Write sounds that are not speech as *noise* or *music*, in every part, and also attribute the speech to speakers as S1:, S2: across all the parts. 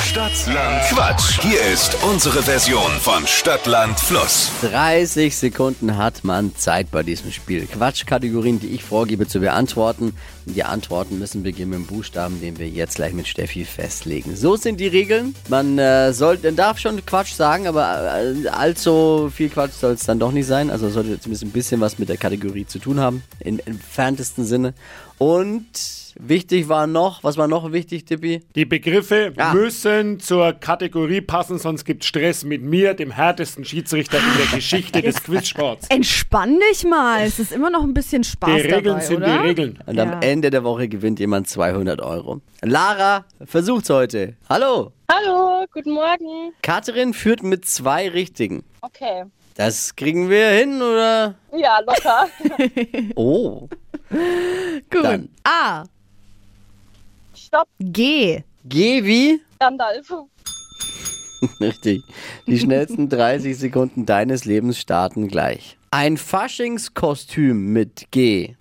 S1: Stadtland Quatsch. Hier ist unsere Version von Stadtland Fluss.
S2: 30 Sekunden hat man Zeit bei diesem Spiel. Quatschkategorien, die ich vorgebe zu beantworten. Die Antworten müssen beginnen mit dem Buchstaben, den wir jetzt gleich mit Steffi festlegen. So sind die Regeln. Man äh, sollte, man darf schon Quatsch sagen, aber äh, allzu viel Quatsch soll es dann doch nicht sein. Also sollte zumindest ein bisschen was mit der Kategorie zu tun haben, im entferntesten Sinne. Und wichtig war noch, was war noch wichtig, Tippi?
S3: Die Begriffe
S2: Ja.
S3: müssen zur Kategorie passen, sonst gibt's Stress mit mir, dem härtesten Schiedsrichter in der Geschichte des Quizsports.
S4: Entspann dich mal. Es ist immer noch ein bisschen Spaß
S3: Die Regeln
S4: dabei,
S3: sind
S4: oder?
S3: die Regeln.
S2: Und
S4: Ja.
S2: am Ende der Woche gewinnt jemand 200 Euro. Lara versucht's heute. Hallo.
S5: Hallo, guten Morgen.
S2: Katrin führt mit zwei Richtigen.
S5: Okay.
S2: Das kriegen wir hin, oder?
S5: Ja, locker.
S2: Oh.
S4: Gut.
S2: Dann.
S4: A.
S5: Stopp,
S4: G.
S2: Geh wie? *laughs*
S5: Gandalf.
S2: Richtig. Die schnellsten 30 Sekunden deines Lebens starten gleich. Ein Faschingskostüm mit G.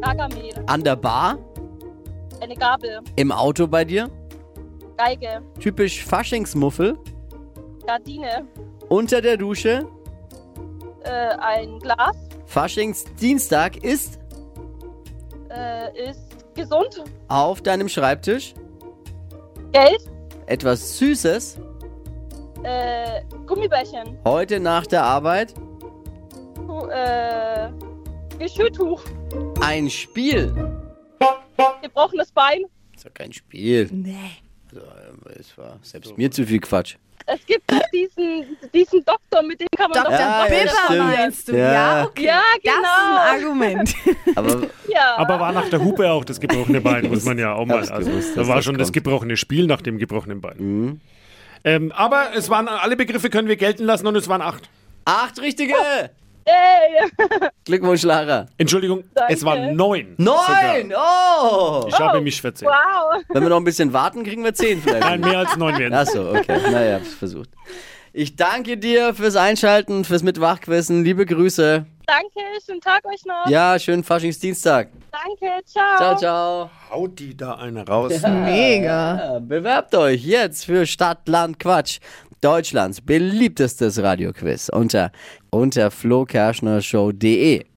S5: Gargamel.
S2: An der Bar?
S5: Eine Gabel.
S2: Im Auto bei dir?
S5: Geige.
S2: Typisch Faschingsmuffel?
S5: Gardine.
S2: Unter der Dusche?
S5: Äh, ein Glas.
S2: Faschingsdienstag ist
S5: Äh, ist gesund.
S2: auf deinem Schreibtisch?
S5: Geld.
S2: Etwas Süßes?
S5: Äh, Gummibärchen.
S2: Heute nach der Arbeit?
S5: Hu- Äh, Geschirrtuch.
S2: Ein Spiel?
S5: Gebrochenes Bein.
S2: Ist doch kein Spiel.
S4: Nee.
S2: Also, äh, es war selbst mir zu viel Quatsch.
S5: Es gibt doch diesen, diesen Doktor, mit dem kann man
S4: Dr.
S5: doch...
S2: Ja, ja,
S4: Bibber
S2: stimmt.
S4: meinst du?
S2: Ja.
S4: Ja, okay.
S5: Ja,
S4: Das ist
S5: genau.
S4: ein Argument.
S2: Aber
S5: Ja.
S3: Aber war nach der Hupe auch das gebrochene Bein, muss man ja auch mal.
S2: Hab's
S3: Also,
S2: gewusst, dass
S3: da war
S2: das
S3: schon das
S2: kommt. Mhm.
S3: gebrochene Spiel nach dem gebrochenen Bein. Ähm, aber es waren alle Begriffe können wir gelten lassen und es waren acht.
S2: acht Richtige!
S5: Ey.
S2: Oh. Glückwunsch, Lara.
S3: Entschuldigung,
S5: Danke.
S3: es waren neun.
S2: Neun!
S3: Sogar.
S2: Oh!
S3: Ich habe mich verzählt.
S5: Wow.
S2: Wenn wir noch ein bisschen warten, kriegen wir zehn vielleicht.
S3: Nein, mehr als neun werden.
S2: Achso, okay. Naja, hab's versucht. Ich danke dir fürs Einschalten, fürs Mitwachquissen. Liebe Grüße.
S5: Danke, schönen Tag euch noch.
S2: Ja, schönen Faschingsdienstag.
S5: Danke,
S2: Ciao, ciao.
S3: Haut die da eine raus.
S4: Mega.
S2: Ja, Bewerbt euch jetzt für Stadt, Land, Quatsch. Deutschlands beliebtestes Radioquiz unter, unter flokerschnershow.de.